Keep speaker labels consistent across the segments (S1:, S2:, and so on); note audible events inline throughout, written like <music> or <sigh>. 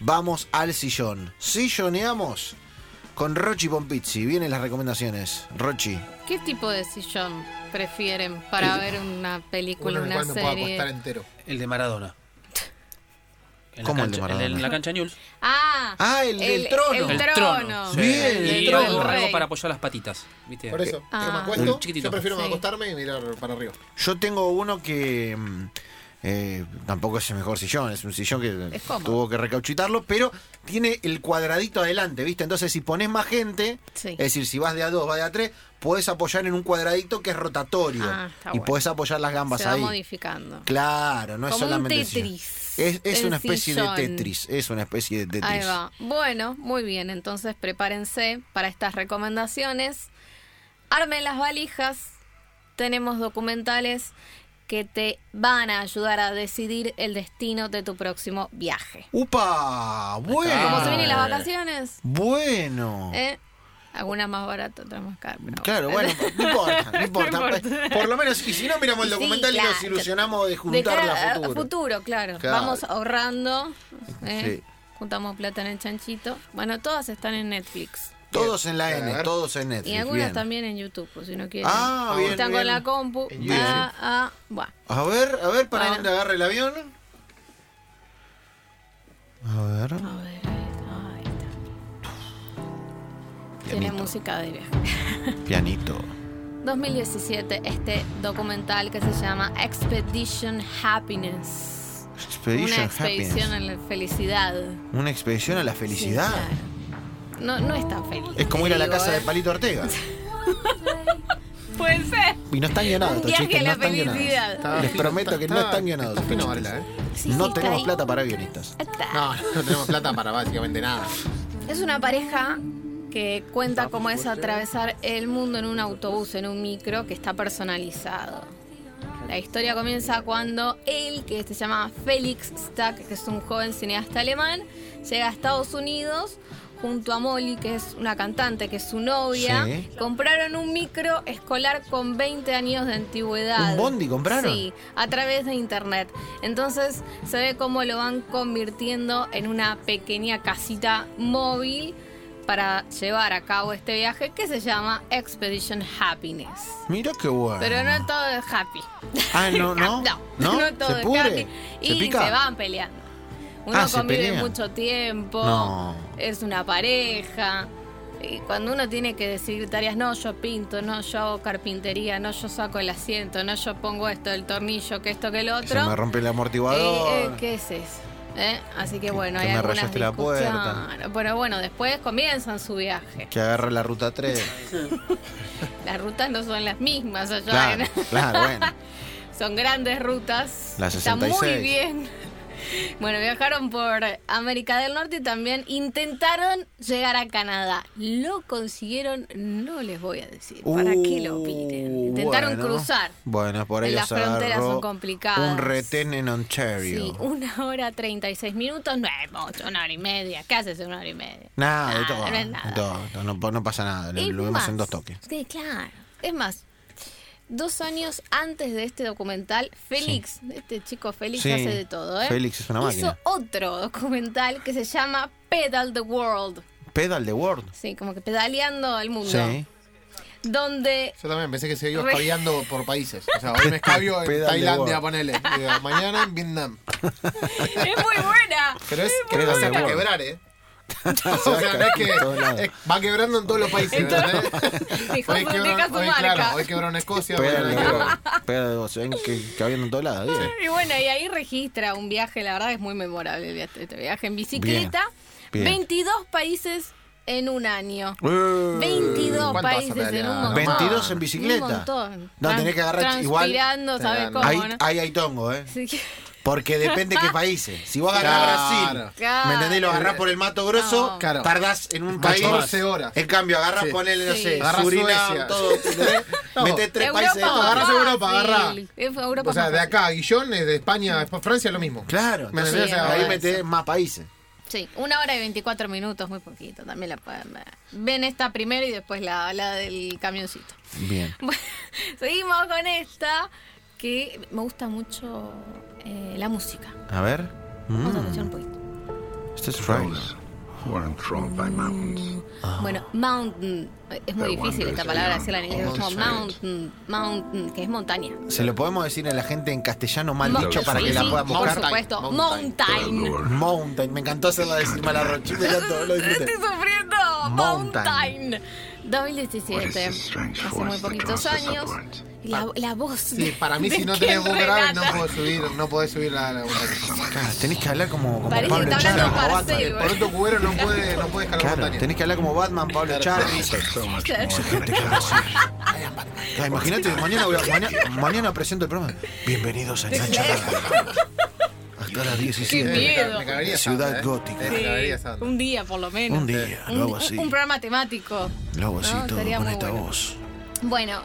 S1: vamos al sillón. Silloneamos con Rochi Pompizzi. Vienen las recomendaciones. Rochi.
S2: ¿Qué tipo de sillón prefieren para ver una película,
S3: Uno en el
S2: una
S3: cual me puedo acostar
S2: serie?
S3: entero.
S4: El de Maradona. En la
S1: ¿Cómo el de
S4: cancha-
S1: Maradona?
S4: En la cancha Newell's.
S2: Ah,
S1: Ah, el del trono.
S2: El,
S4: El
S2: trono.
S4: trono.
S1: sí. Bien, el
S4: Y
S1: trono.
S4: algo, algo
S2: Rey.
S4: para apoyar las patitas. ¿viste?
S3: Por eso, yo me
S2: Ah.
S3: acuesto,
S4: Un chiquitito.
S3: yo prefiero
S2: Sí.
S3: acostarme y mirar para arriba.
S1: Yo tengo uno que mm, eh, tampoco es el mejor sillón, es un sillón que
S2: Es cómodo.
S1: tuvo que recauchitarlo, pero tiene el cuadradito adelante, ¿viste? Entonces, si pones más gente,
S2: Sí.
S1: es decir, si vas de a dos, vas de a tres, podés apoyar en un cuadradito que es rotatorio
S2: Ah, está
S1: y
S2: bueno.
S1: podés apoyar las gambas
S2: Se va
S1: ahí.
S2: modificando.
S1: Claro, no es
S2: Como un
S1: solamente el sillón.
S2: Tetris,
S1: Es, es
S2: el
S1: una especie
S2: sillón.
S1: de Tetris, es una especie de Tetris.
S2: Ahí va. Bueno, muy bien. Entonces prepárense para estas recomendaciones. Armen las valijas. Tenemos documentales que te van a ayudar a decidir el destino de tu próximo viaje.
S1: ¡Upa! Bueno.
S2: Como se vienen
S4: viene la
S1: Ah.
S2: las vacaciones,
S1: Bueno.
S2: ¿eh? Algunas más baratas, otras más caras. pero
S1: Claro, bueno, no
S2: <laughs>
S1: importa, no importa. Pues, Por lo menos, y si no miramos el
S2: Sí,
S1: documental y
S2: claro.
S1: nos ilusionamos de
S2: De
S1: juntar
S2: cara
S1: la
S2: a
S1: futuro.
S2: futuro, claro.
S1: Claro.
S2: Vamos ahorrando. ¿eh?
S1: Sí.
S2: Juntamos plata en el chanchito. Bueno, todas están en Netflix.
S1: Todos en la
S3: Bien. A
S1: N,
S3: ver.
S1: todos en
S2: Y
S1: Netflix.
S2: algunas
S1: bien.
S2: también en YouTube, por si no quieren.
S1: Ah,
S2: Si
S1: bien,
S2: Están
S1: bien.
S2: con la compu.
S3: En YouTube.
S2: Ah, ah, buah.
S1: A ver, a ver para
S2: Bueno.
S1: dónde agarra el avión. A ver.
S2: A ver, ahí está, ahí está. Tiene música de viaje.
S1: Pianito.
S2: 2017, este documental que se llama Expedition Happiness. Una
S1: Expedition Happiness.
S2: expedición a la felicidad.
S1: Una expedición a la felicidad.
S2: Sí, claro. No, no es tan feliz.
S1: Es como
S2: te
S1: ir a la
S2: digo,
S1: casa de
S2: ¿eh?
S1: Palito Ortega.
S2: Puede ser.
S1: Y no están guionados
S2: Un
S1: estos
S2: viaje
S1: chistes,
S2: a
S1: no
S2: la
S1: están guionados.
S2: felicidad.
S3: Está-
S1: Les prometo que no están guionados.
S3: Está fino,
S1: estos
S3: Varela, ¿eh?
S1: chistes.
S2: Sí, sí,
S1: No
S2: está
S1: tenemos
S2: ahí.
S1: plata para guionistas.
S2: Está.
S3: No, no tenemos plata para básicamente nada.
S2: Es una pareja que cuenta cómo es atravesar el mundo en un autobús, en un micro que está personalizado. La historia comienza cuando él, que se llama Felix Stack, que es un joven cineasta alemán, llega a Estados Unidos junto a Molly, que es una cantante, que es su novia.
S1: Sí.
S2: Compraron un micro escolar con 20 años de antigüedad.
S1: ¿Un bondi compraron?
S2: Sí, a través de internet. Entonces se ve cómo lo van convirtiendo en una pequeña casita móvil para llevar a cabo este viaje que se llama Expedition Happiness.
S1: Mira qué bueno.
S2: Pero no todo es happy.
S1: Ah,
S2: <laughs>
S1: no, no.
S2: No,
S1: ¿No?
S2: no todo
S1: ¿Se
S2: es
S1: pudre?
S2: happy.
S1: ¿Se
S2: Y
S1: pica?
S2: se van peleando. Uno
S1: Ah, ¿se
S2: convive
S1: pelean?
S2: mucho tiempo,
S1: No.
S2: es una pareja. Y cuando uno tiene que decidir tareas, no, yo pinto, no, yo hago carpintería, no, yo saco el asiento, no, yo pongo esto, el tornillo, que esto, que el
S1: Se me
S2: otro.
S1: rompe el
S2: Eh,
S1: amortiguador.
S2: eh, ¿Qué es eso? ¿Eh? Así que bueno,
S1: que
S2: hay
S1: me
S2: algunas
S1: rayaste la puerta.
S2: discusiones. Pero bueno, después comienzan su viaje.
S1: que agarra la ruta
S2: <laughs>
S1: 3.
S2: Las rutas no son las mismas allá
S1: claro,
S2: en-
S1: claro, bueno.
S2: Son grandes rutas.
S1: La
S2: Está muy
S1: 66.
S2: bien. <laughs> Bueno, viajaron por América del Norte y también intentaron llegar a Canadá. Lo consiguieron, no les voy a decir. ¿Para qué lo piden?
S1: Uh,
S2: Intentaron
S1: bueno.
S2: cruzar.
S1: Bueno, por ahí
S2: Las
S1: los
S2: fronteras
S1: agarró
S2: son complicadas.
S1: Un retén en Ontario.
S2: Sí, una hora treinta y seis minutos, no es mucho, una hora y media. ¿Qué haces en una hora y media? Ah,
S1: Nada, de todo.
S2: no es
S1: de todo, no- No, no pasa nada. Lo,
S2: Es
S1: lo vemos
S2: más,
S1: en dos toques.
S2: Sí, claro. Es más, dos años antes de este documental, Félix, este chico Félix
S1: Sí,
S2: hace de todo, ¿eh?
S1: Félix es una
S2: Hizo
S1: máquina.
S2: otro documental que se llama Pedal the World.
S1: Pedal de World.
S2: Sí, como que pedaleando el mundo.
S1: Sí. <laughs>
S2: Donde
S3: Yo también pensé que se iba
S2: Re-
S3: escabeando por países. O sea, hoy me escabio en
S1: Pedal de
S3: Tailandia,
S1: Gord.
S3: ponele. Y digo, mañana en Vietnam.
S2: es muy buena.
S3: Pero es que
S1: Pedal
S3: vas
S1: de
S3: a
S1: Gord. <laughs>
S3: quebrar, ¿eh? <laughs> O sea, no es que
S1: En todos lados.
S3: es- va quebrando en todos los países. ¿entendés?
S2: Dijo,
S3: <laughs> Hoy quebró-
S2: "Deja su
S3: hoy,
S2: marca".
S3: claro, hoy quebró en Escocia.
S1: Pedal de
S3: mañana quebró-
S1: World. Pedal de World. Se ven que, que habían en todos lados. bien.
S2: Y bueno, y ahí registra un viaje, la verdad es muy memorable el via- este viaje en bicicleta.
S1: Bien, bien.
S2: 22 países en un año.
S1: Eh,
S2: 22
S3: Uh, ¿Cuánto vas a
S2: países en
S3: pedalear?
S2: un montón.
S1: 22 en
S2: Un
S1: bicicleta.
S2: montón.
S1: No, tenés que agarrar igual.
S2: Transpirando, ¿sabes
S3: Claro.
S2: cómo?
S1: Ahí,
S2: no? <laughs>
S1: ahí hay tongo, ¿eh?
S2: Así que-
S1: Porque depende
S2: <laughs>
S1: de qué países. Si vos agarrás
S3: Claro.
S1: Brasil,
S2: Claro.
S1: ¿me entendés? Lo agarrás por el Mato Grosso,
S2: No.
S3: Claro.
S1: tardás en un país.
S3: 14 horas.
S1: En cambio, agarrás,
S3: Sí.
S1: ponele, no
S2: Sí.
S1: sé,
S3: Agarrás
S1: Surinam,
S3: Suecia.
S1: todo. ¿entendés?
S3: <laughs> No.
S1: Metés tres
S2: Europa
S1: países.
S2: es más
S3: agarrás Europa,
S2: fácil.
S3: agarrás.
S2: Es- Europa
S3: O sea,
S2: es
S3: de
S2: más
S3: acá, a Guillón, eh, de España, a Francia, lo mismo.
S1: Claro,
S3: Me
S1: entonces
S3: entendés?
S2: Sí,
S3: O sea,
S1: ahí
S2: agarrás.
S1: metés más países.
S2: Sí, una hora y 24 minutos, muy poquito, también la pueden ver. Ven esta primero y después la, la del camioncito. <laughs>
S1: Bien.
S2: Bueno, seguimos con esta, que me gusta mucho eh, la música.
S1: A ver. Mm.
S2: Vamos a escuchar un poquito.
S1: Esto es right.
S5: Those who are enthralled by mountains.
S1: Ah.
S2: Bueno, mountain. Es muy difícil esta palabra decirla en inglés. es como mountain, mountain, que es montaña.
S1: Se lo podemos decir a la gente en castellano mal
S2: Mo-
S1: dicho para
S2: sí,
S1: que la
S2: sí,
S1: puedan
S2: Por
S1: buscar.
S2: supuesto,
S3: Mountain.
S2: mountain.
S5: Lord,
S1: Mountain. Me encantó hacerla decir mal a Rochi. Me
S2: <laughs>
S1: encantó, lo disfruté.
S2: Estoy sufriendo.
S1: Mountain.
S2: Mountain. 2017. Hace muy poquitos años. La, la voz.
S3: Sí, para mí
S2: de
S3: si no
S2: quien
S3: tenés voz grave no
S2: relata.
S3: puedo subir, no podés subir la, la montaña.
S1: Claro, tenés que hablar como, como
S2: Parece que
S1: Pablo
S2: está hablando
S1: Echarri.
S2: Parcel.
S3: Eh, Por otro cubero no puede, no puede escalar
S1: Claro,
S3: montaña.
S1: tenés que hablar como Batman, Pablo Echarri. Ah, Imagínate, mañana, voy a- mañana, mañana presento el programa. Bienvenidos a Engancha Radio. Hasta las
S3: Eh, me
S1: 17.
S2: Qué
S3: ca-
S2: miedo.
S3: me cagaría esa
S1: Ciudad
S3: onda, eh.
S1: gótica.
S3: Eh,
S2: Sí,
S3: me cagaría esa onda.
S2: un día, por lo menos.
S1: Un día,
S2: Un-
S1: lo hago así.
S2: un, programa temático.
S1: Lo hago así,
S2: No,
S1: todo
S2: estaría
S1: con
S2: muy
S1: esta
S2: bueno.
S1: voz.
S2: Bueno,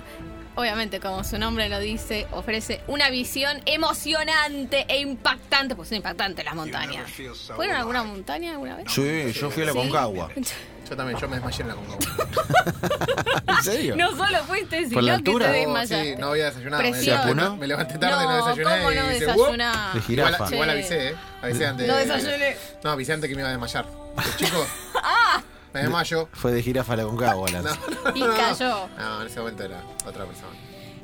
S2: obviamente, como su nombre lo dice, ofrece una visión emocionante e impactante. Pues son impactantes las montañas. ¿Fueron a alguna montaña alguna vez?
S1: Sí, yo fui a la
S2: Sí.
S1: Concagua.
S3: Yo también, yo me desmayé en la conga.
S1: <laughs> ¿En serio?
S2: No solo fuiste,
S1: ¿Por la
S2: sino que te
S1: altura?
S2: desmayaste.
S3: Sí, no había desayunado. me
S2: Presión.
S1: ¿Se apunó?
S3: levanté- Me levanté tarde, no, desayuné.
S2: ¿cómo no
S3: y dice,
S2: desayunar?
S1: De
S3: "Uop". Igual,
S1: jirafa.
S3: igual
S2: Sí.
S3: avisé, ¿eh? Avisé antes.
S2: No desayuné. Ah.
S3: No, avisé antes que me iba a desmayar.
S1: <laughs>
S3: Pero, Chicos, me desmayo.
S1: Fue de jirafa a la Concagua. la-
S2: Y cayó.
S3: No, en ese momento era otra persona.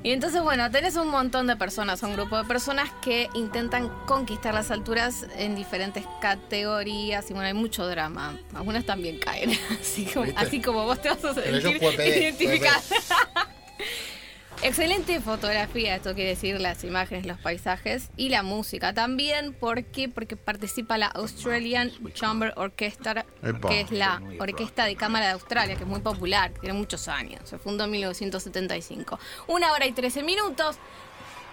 S2: Y entonces, bueno, tenés un montón de personas, un grupo de personas que intentan conquistar las alturas en diferentes categorías. Y bueno, hay mucho drama. Algunas también caen. <laughs> Así como,
S3: ¿Viste?
S2: así como vos te vas a
S3: Pero yo
S2: sentir
S3: cuapé,
S2: identificada. Excelente fotografía, esto quiere decir las imágenes, los paisajes y la música también. ¿Por qué? Porque participa la Australian Chamber Orchestra,
S1: Epa.
S2: que es la orquesta de cámara de Australia, que es muy popular, que tiene muchos años. Se fundó en 1975. Una hora y 13 minutos.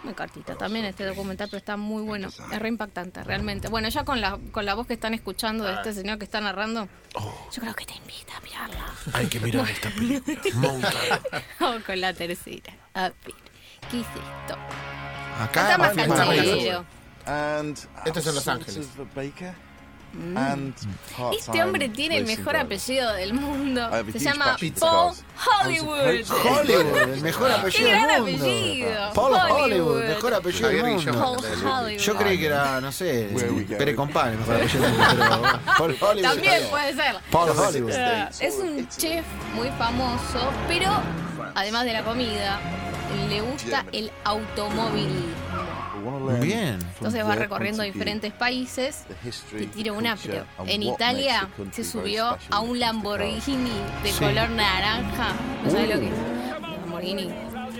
S2: Muy cortito también este documental, pero está muy bueno. Es re impactante, realmente. Bueno, ya con la, con la voz que están escuchando de este señor que está narrando, yo creo que te invita a mirarla. <laughs>
S1: Hay que mirar esta película. Mountain.
S2: Vamos con la tercera. A ver, ¿qué es esto?
S1: Acá
S2: Está más
S1: vamos a-
S2: canchero.
S6: And
S3: Estos son Los
S6: Absence
S3: Ángeles.
S6: of a baker and part-time
S2: Mm. Este hombre tiene el
S6: racing
S2: mejor
S6: driver.
S2: apellido del mundo.
S1: Ah,
S6: I have a
S2: Se
S6: huge
S2: llama
S6: passion for
S2: Paul
S6: cars. I was
S2: Hollywood.
S6: a-
S1: Hollywood, el mejor apellido
S2: Qué gran
S1: del mundo.
S2: apellido.
S1: Paul Hollywood,
S2: Hollywood.
S1: mejor apellido
S3: Javier
S1: del
S3: Guillón.
S1: mundo.
S2: Paul Hollywood.
S1: Yo creí que era, no sé,
S6: Where we go.
S1: Pere Compán, mejor apellido del mundo, pero Paul Hollywood. está
S2: <laughs> También
S1: bien.
S2: puede ser.
S1: Paul Hollywood.
S2: Ah, Es un chef muy famoso, pero además de la comida, le gusta el automóvil.
S6: We wanna learn
S1: Bien.
S6: from
S2: Entonces va
S6: their
S2: recorriendo
S6: point of view,
S2: diferentes países
S6: the history,
S2: y
S6: the
S2: tira una.
S6: culture,
S2: pero
S6: and
S2: En
S6: what
S2: Italia
S6: makes the
S2: se
S6: country very
S2: subió
S6: special
S2: a
S6: when
S2: un
S6: it comes to cars.
S2: Lamborghini de
S1: Sí.
S2: color naranja. ¿No sabes lo que es? Lamborghini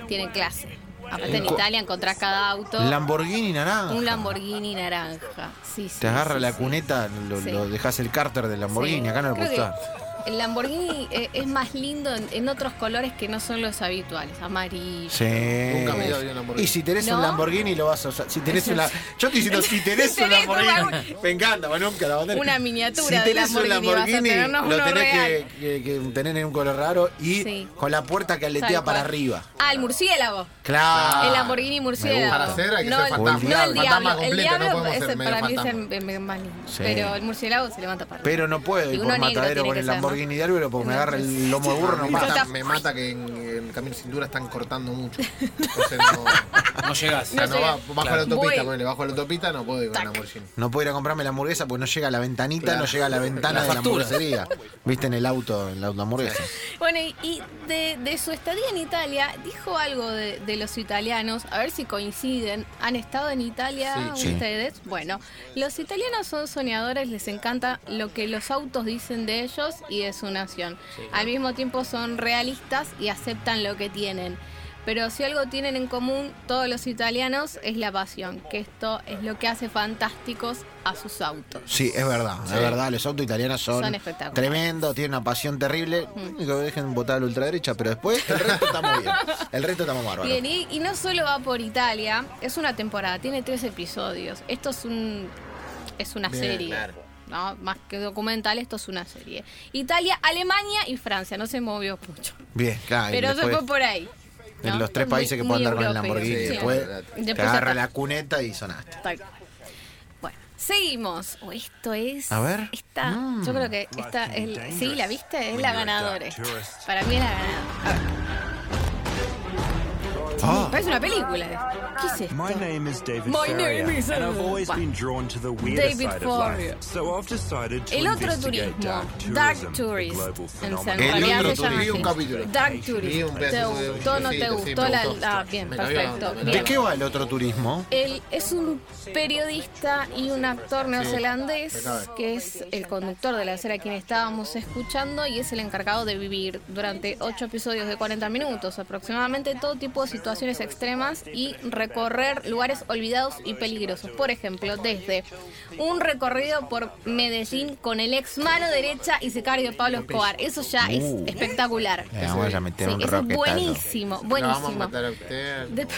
S2: tiene clase. Aparte en
S1: Co-
S2: Italia encontrás cada auto
S1: Lamborghini naranja.
S2: un Lamborghini naranja. Sí, sí,
S1: Te agarra
S2: sí,
S1: la
S2: sí.
S1: cuneta, lo,
S2: Sí.
S1: lo dejas el cárter del Lamborghini,
S2: Sí.
S1: acá no lo
S2: Creo
S1: puedo
S2: que
S1: usar.
S2: El Lamborghini eh, es más lindo en, en otros colores que no son los habituales, amarillo.
S1: Sí.
S3: Nunca me dio bien Lamborghini.
S1: Y si tenés
S2: ¿No?
S1: un Lamborghini lo vas a usar. Si tenés
S2: <laughs>
S1: una. Yo te diciendo, si tenés
S2: Si
S1: un
S2: tenés un
S1: Lamborghini. <laughs> Me encanta, va, nunca la bandera.
S2: Una miniatura
S1: Si
S2: de
S1: tenés un Lamborghini,
S2: Lamborghini, vas a tenernos
S1: lo
S2: uno
S1: tenés que,
S2: real.
S1: que- que tener en un color raro y
S2: Sí.
S1: con la puerta que aletea
S2: Tal cual.
S1: para arriba.
S2: Ah, el murciélago.
S1: Claro.
S3: Ah.
S2: el Lamborghini murciélago.
S3: Para hacer hay que
S2: no,
S3: ser
S2: el-
S3: fantasma.
S1: O
S2: No el
S1: el
S2: diablo.
S3: fantasma
S2: el
S3: completo,
S2: diablo
S3: no podemos
S2: ese
S3: ser medio
S2: para mí es el,
S3: fantasma.
S2: el- el más lindo.
S1: Sí.
S2: Pero el murciélago se levanta para arriba.
S1: Pero no puedo
S2: Y
S1: ir
S2: uno
S1: por
S2: negro
S1: matadero
S2: tiene
S1: con
S2: que
S1: el
S2: ser, ¿no?
S1: Lamborghini de árbol porque me agarra el lomo de burro, no
S3: Me
S1: mata.
S3: mata, me mata que en el camino sin duda están
S2: <laughs>
S3: cortando mucho. Entonces no.
S4: No llegas.
S3: O sea, no va- bajo la autopista,
S2: Voy.
S3: ponele, bajo la autopista no puedo ir con
S2: Tac.
S3: la Lamborghini.
S1: No puedo ir a comprarme la hamburguesa porque no llega a la ventanita,
S3: Claro.
S1: no llega a la ventana
S4: La
S1: de la
S4: factura.
S1: hamburguesería. Viste en el auto, en la hamburguesa.
S2: Bueno, y, y de, de su estadía en Italia, dijo algo de, de los italianos, a ver si coinciden. ¿Han estado en Italia
S1: Sí.
S2: ustedes? Bueno, los italianos son soñadores, les encanta lo que los autos dicen de ellos y de su nación. Al mismo tiempo son realistas y aceptan lo que tienen. Pero si algo tienen en común todos los italianos es la pasión, que esto es lo que hace fantásticos a sus autos.
S1: Sí, es verdad, es verdad. Los autos italianos son,
S2: Son espectaculares. Mm.
S1: tremendos, tienen una pasión terrible. Lo único que dejen votar a la ultraderecha, pero después el resto está muy bien. El resto está muy bárbaro.
S2: Bien, y, y no solo va por Italia, es una temporada, tiene tres episodios. Esto es un es una
S3: Bien,
S2: serie.
S3: claro.
S2: ¿no? Más que documental, esto es una serie. Italia, Alemania y Francia, no se movió mucho.
S1: Bien, claro. y
S2: pero se
S1: después,
S2: fue por ahí.
S1: en
S2: ¿no?
S1: los tres
S2: Muy-
S1: países que
S2: muy
S1: puedan andar con el
S2: europeo,
S1: Lamborghini.
S2: sí.
S1: Después,
S2: Después
S1: te agarra
S2: acá,
S1: la cuneta y sonaste.
S2: tal cual. Bueno, seguimos. O esto es.
S1: A ver.
S2: Esta, Yo creo que esta es. Sí, la viste, es la ganadora. esta. Para mí es la ganadora. A ver.
S1: Ah.
S2: Parece una película. ¿Qué es esto?
S7: My name is David
S2: My
S7: Ferrier,
S2: name is-
S7: and I've always
S2: Bah.
S7: been drawn to the weirder
S2: David
S7: side of
S2: Ferrier.
S7: life. So I've decided to
S2: El otro
S7: investigate
S2: turismo,
S7: dark tourism,
S2: Dark
S7: the
S2: Tourist.
S7: global
S2: En
S7: phenomenon.
S2: San
S3: El
S2: Fabián se
S3: otro
S2: llama
S3: turismo,
S2: así.
S3: un capítulo.
S2: Dark
S3: Vi un
S2: Tourist. ¿Te
S3: pedazo de un
S2: gustó o no te
S3: pedacito, sí,
S2: gustó
S3: me
S2: la.?
S3: gustó.
S2: Ah, bien,
S3: Me cabió,
S2: perfecto.
S3: me
S2: Bien.
S1: ¿De qué va el otro turismo?
S2: Él es un periodista y un actor neozelandés
S3: cabe.
S2: que es el conductor de la serie a quien estábamos escuchando y es el encargado de vivir durante ocho episodios de 40 minutos aproximadamente todo tipo de situaciones extremas y recorrer lugares olvidados y peligrosos. Por ejemplo, desde un recorrido por Medellín con el ex mano derecha y sicario de Pablo Escobar. Eso ya es
S1: Uh.
S2: espectacular.
S1: Le vamos a meter
S2: Sí,
S1: un
S2: eso es
S1: roquetazo.
S2: buenísimo,
S3: La vamos a
S2: buenísimo.
S3: matar a usted.
S2: De-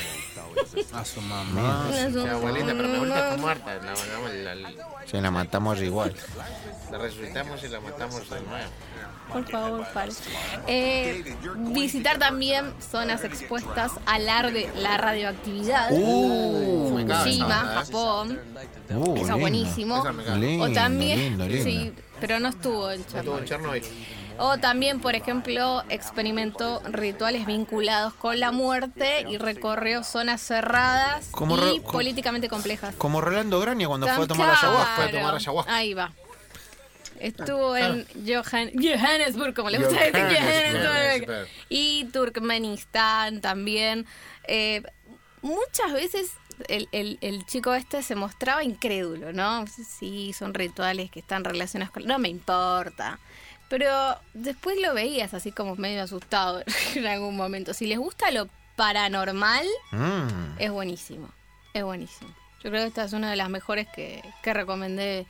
S4: A su mamá.
S2: es un-
S3: Mi abuelita, pero mi abuelita está muerta. La, la- la- la-
S1: Se la matamos igual.
S3: la resucitamos y la matamos de nuevo.
S2: Por favor, pare. Eh, visitar también zonas expuestas al ar de la radioactividad.
S1: Uh,
S2: Fukushima,
S3: Ah,
S2: Japón.
S1: Uh,
S2: Eso
S1: lindo.
S2: es buenísimo.
S3: Esa me encanta.
S1: Lindo,
S2: o también,
S1: lindo, lindo.
S2: sí, pero no estuvo en Chernobyl.
S3: Estuvo en Chernobyl.
S2: O también, por ejemplo, experimentó rituales vinculados con la muerte y recorrió zonas cerradas
S1: Como ro-
S2: y
S1: como-
S2: políticamente complejas.
S1: Como Rolando Graña cuando
S2: Tan-
S1: fue a tomar
S2: claro.
S1: ayahuasca. Ah.
S3: fue a tomar ayahuasca.
S2: Ahí va. Estuvo en Johan- Johannesburg, como le gusta decir,
S3: Johannesburg.
S2: Johannesburg. Y Turkmenistán también. Eh, muchas veces el, el- el chico este se mostraba incrédulo, ¿no? Sí, son rituales que están relacionados con... No me importa. Pero después lo veías así como medio asustado <laughs> en algún momento. Si les gusta lo paranormal,
S1: Mm.
S2: es buenísimo, es buenísimo. Yo creo que esta es una de las mejores que, que recomendé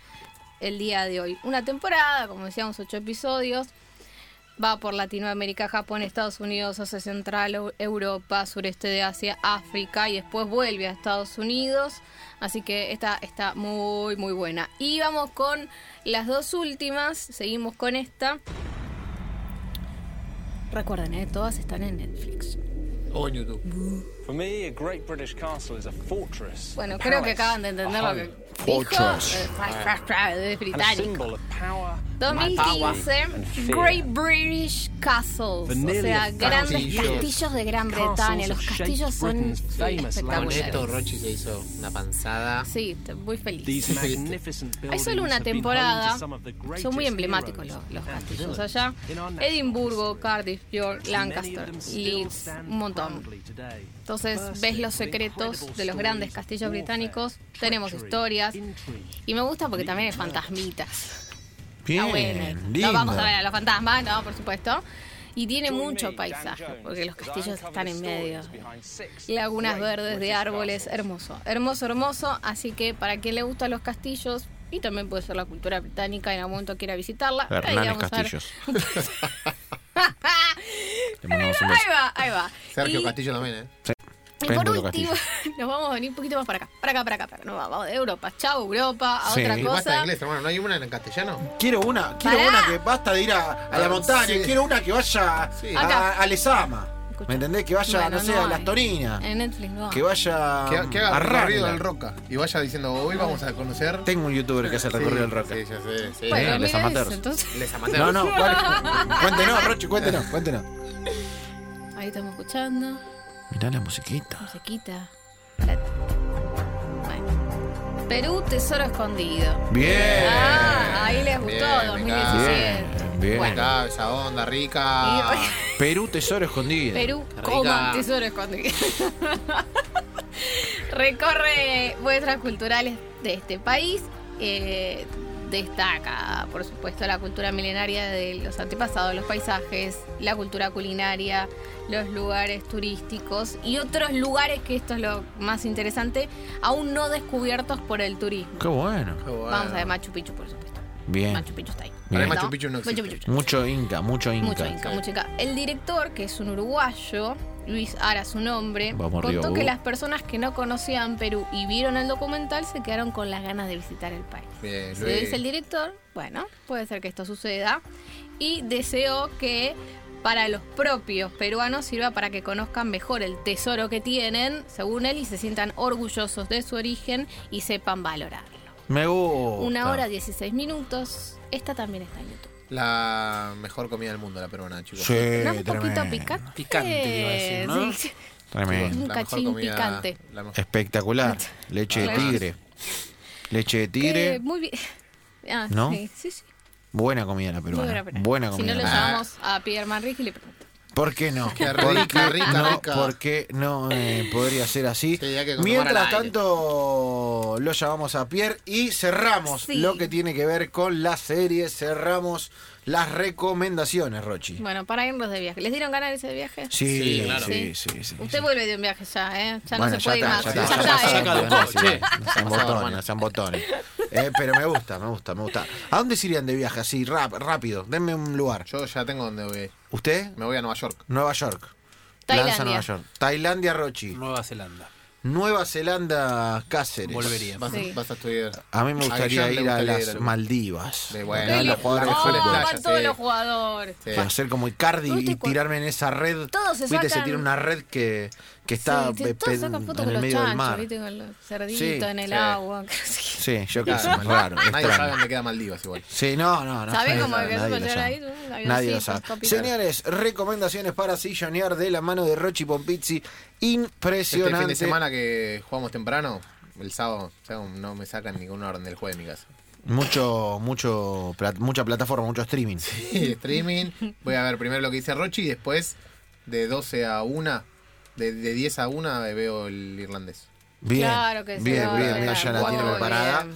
S2: el día de hoy. Una temporada, como decíamos, ocho episodios. Va por Latinoamérica, Japón, Estados Unidos, Asia Central, Eu- Europa, sureste de Asia, África y después vuelve a Estados Unidos. Así que esta está muy, muy buena. Y vamos con las dos últimas. Seguimos con esta. Recuerden, ¿eh? todas están en Netflix.
S4: O en Oh, YouTube.
S8: For me, a great British castle is a fortress.
S2: Bueno,
S8: a
S2: creo que
S8: palace,
S2: acaban de entender
S8: a
S2: lo
S8: home,
S2: que dijo. Eh, fra- fra- fra- de
S8: And a
S2: británico.
S8: symbol of power,
S2: 2015, Great British Castles, o sea, grandes
S3: Castillos.
S2: castillos de Gran Bretaña. Los castillos son
S3: Con esto
S2: espectaculares.
S3: Rochi se hizo una panzada.
S2: Sí, te- muy feliz.
S8: These magnificent
S2: Hay
S8: buildings
S2: solo una
S8: have been home
S2: temporada.
S8: to some of the greatest
S2: Son muy emblemáticos
S8: heroes
S2: los, los
S8: and
S2: castillos
S8: villains
S2: allá.
S8: in our national
S2: Edimburgo,
S8: history.
S2: Cardiff, York,
S8: Many of
S2: Lancaster,
S8: them still
S2: Leeds,
S8: stand
S2: un montón.
S8: proudly today.
S2: Entonces ves los secretos de los grandes castillos británicos, tenemos historias y me gusta porque también hay fantasmitas.
S1: Bien,
S2: Está buena.
S1: lindo.
S2: No vamos a ver a los fantasmas, no, por supuesto. Y tiene mucho paisaje, porque los castillos están en medio. Lagunas verdes de árboles, hermoso, hermoso, hermoso. Así que para quien le gustan los castillos, y también puede ser la cultura británica, en algún momento quiera visitarla. ahí
S1: Hernández
S2: vamos a ver. <laughs>
S1: Castillos. Le mandamos un
S2: Ahí
S1: beso.
S2: va, ahí va.
S3: Sergio
S2: Y-
S3: Castillo también, ¿eh?
S2: Y por
S1: Péndulo
S2: último, <laughs> nos vamos a venir un poquito más para acá, para acá, para acá, para acá. Nos vamos de Europa. Chao, Europa, a
S1: Sí.
S2: otra
S1: Y
S3: Y basta de
S2: cosa.
S3: inglés, hermano. ¿No hay una en castellano?
S1: Quiero una, quiero
S2: Pará.
S1: una que basta de ir a, a la
S3: Ah,
S1: montaña,
S3: sí.
S1: quiero una que vaya
S3: Sí.
S1: a,
S2: Acá.
S1: a Lesama.
S2: Escucha.
S1: ¿Me entendés? Que vaya,
S2: Bueno,
S1: no sé,
S2: no
S1: a
S2: hay.
S1: Las Torinas.
S2: En Netflix no.
S1: Que vaya mm,
S3: Que, que
S1: a
S3: haga el recorrido
S1: Rambla.
S3: del Roca. Y vaya diciendo, hoy vamos a conocer.
S1: Tengo un youtuber que hace el recorrido del rock.
S3: Sí, ya sé. Sí.
S1: eh,
S2: bueno,
S1: los
S2: mira
S1: amateurs.
S2: eso, entonces.
S3: Les
S2: <laughs>
S3: amateur.
S1: No, no, ¿cuál? cuéntenos, Rochi, cuéntenos, cuéntenos.
S2: Ahí estamos escuchando.
S1: Mirá la musiquita.
S2: Musiquita. La- Bueno. Perú, tesoro escondido.
S1: Bien.
S2: Ah, ahí les gustó,
S3: Bien,
S2: 2017.
S1: bien, bien.
S2: Bueno,
S3: Acá, esa onda rica.
S2: Y-
S1: Perú, tesoro escondido.
S2: Perú,
S3: Rica.
S2: coma, tesoro escondido. <laughs> Recorre muestras culturales de este país. eh, destaca, por supuesto, la cultura milenaria de los antepasados, los paisajes, la cultura culinaria, los lugares turísticos y otros lugares que esto es lo más interesante, aún no descubiertos por el turismo.
S1: Qué bueno.
S3: Qué bueno.
S2: Vamos a ver Machu Picchu, por supuesto.
S1: Bien.
S2: Machu Picchu está ahí.
S1: Bien.
S3: Ahora Machu Picchu no existe.
S2: Machu Picchu.
S1: Mucho inca, mucho inca.
S2: Mucho Inca, mucho Inca. El director, que es un uruguayo, Luis Ara su nombre,
S1: Vamos arriba,
S2: contó
S1: Hugo.
S2: que las personas que no conocían Perú y vieron el documental se quedaron con las ganas de visitar el país.
S3: Bien,
S2: Se lo
S3: Luis.
S2: dice el director, bueno, puede ser que esto suceda. Y deseó que para los propios peruanos sirva para que conozcan mejor el tesoro que tienen, según él, y se sientan orgullosos de su origen y sepan valorarlo.
S1: Me gusta.
S2: Una hora 16 minutos. Esta también está en YouTube.
S3: La mejor comida del mundo, la peruana, chicos.
S1: Sí,
S2: ¿No es un poquito
S1: tremendo.
S2: picante? Eh,
S4: Picante, te iba a decir, ¿no?
S2: Sí.
S1: Tremendo.
S2: Un
S3: La mejor
S2: cachín
S3: comida-
S2: picante.
S3: la mejor-
S1: Espectacular. Leche de tigre. Leche de
S2: Eh,
S1: tigre.
S2: muy bien. <laughs> Ah,
S1: ¿No?
S2: sí, sí, sí.
S1: Buena comida la
S2: Muy buena
S1: peruana.
S2: pregunta.
S1: Buena
S2: Si no
S1: comida. Ah.
S2: lo
S1: la peruana.
S2: llamamos a Pierre Manrique y le preguntamos.
S1: ¿Por qué no?
S3: Qué
S1: ¿Por
S3: rica,
S1: qué
S3: rica,
S1: no,
S3: rica.
S1: ¿Por qué no eh, podría ser así?
S3: Sí, hay que tomar
S1: Mientras
S3: al aire.
S1: tanto, lo llamamos a Pierre y cerramos
S2: Sí.
S1: lo que tiene que ver con la serie. Cerramos las recomendaciones, Rochi.
S2: Bueno, para irnos de viaje. ¿Les dieron ganas de irse de viaje?
S1: Sí, sí,
S4: Sí, claro.
S1: sí, sí, sí.
S2: Usted vuelve de un viaje ya, ¿eh? Ya
S1: Bueno,
S2: no se puede ir más.
S1: ya está,
S2: Ya
S1: ya
S2: está,
S1: está,
S2: ¿eh?
S1: ya está,
S4: Caducó,
S1: ya está,
S4: che.
S1: no sean botones, no sean botones. Eh, pero me gusta, me gusta, me gusta. ¿A dónde se irían de viaje así, rap, rápido? Denme un lugar.
S3: Yo ya tengo donde voy.
S1: ¿Usted?
S3: Me voy a Nueva York.
S1: Nueva York.
S2: Tailandia.
S1: Lanza Nueva York. Tailandia, Rochi.
S4: Nueva Zelanda.
S1: Nueva Zelanda, Cáceres.
S4: Volvería.
S3: Vas,
S2: Sí.
S3: vas a estudiar.
S1: A mí me gustaría
S3: Guillaume le
S1: ir a
S3: gustaría
S1: las
S3: ir al-
S1: Maldivas.
S3: De bueno,
S1: Donde van los
S3: la-
S1: jugadores de
S3: las mejores
S1: fútbol.
S2: Oh,
S3: playas,
S2: todos
S3: sí.
S2: los jugadores.
S3: Sí.
S1: Para hacer como Icardi
S2: ¿No
S1: y
S2: te cu-
S1: tirarme en esa red.
S2: Todos se
S1: Viste, se
S2: sacan-
S1: tira una red que, que está
S2: Sí, sí,
S1: pe-
S2: todos
S1: pe-
S2: sacan fotos
S1: en
S2: con
S1: el
S2: los
S1: medio del
S2: chanchos,
S1: mar.
S2: ¿viste? Con los cerditos
S1: Sí,
S2: en el
S3: sí.
S2: agua. <laughs>
S1: Sí, yo qué
S3: Claro,
S1: sé, es raro.
S3: Nadie sabe
S1: extraño.
S3: dónde queda Maldivas igual.
S1: Sí, no, no, no.
S2: ¿Sabés
S1: nadie
S2: cómo
S1: lo
S2: alcanzó
S1: sabe,
S2: para llegar
S1: nadie
S2: ahí?
S1: lo sabe.
S2: Un avioncito,
S1: Nadie lo sabe.
S2: papito.
S1: Señores, recomendaciones para sillonear de la mano de Rochi Pompizzi.
S3: Este fin
S1: Impresionante.
S3: de semana que jugamos temprano, el sábado, o sea, no me sacan ninguna orden del jueves de mi casa. <laughs>
S1: Mucho, mucho, plat- mucha plataforma, mucho streaming.
S3: Y streaming, voy a ver primero lo que dice Rochi y después de 12 a 1, de, de 10 a 1 veo el irlandés.
S1: Bien,
S2: Claro que sí,
S1: bien,
S2: no,
S1: bien,
S2: no,
S1: bien,
S2: no,
S1: ya la
S2: muy
S1: tiene
S2: bien.
S1: preparada.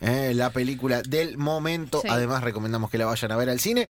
S1: Eh, la película del momento.
S2: Sí.
S1: Además, recomendamos que la vayan a ver al cine.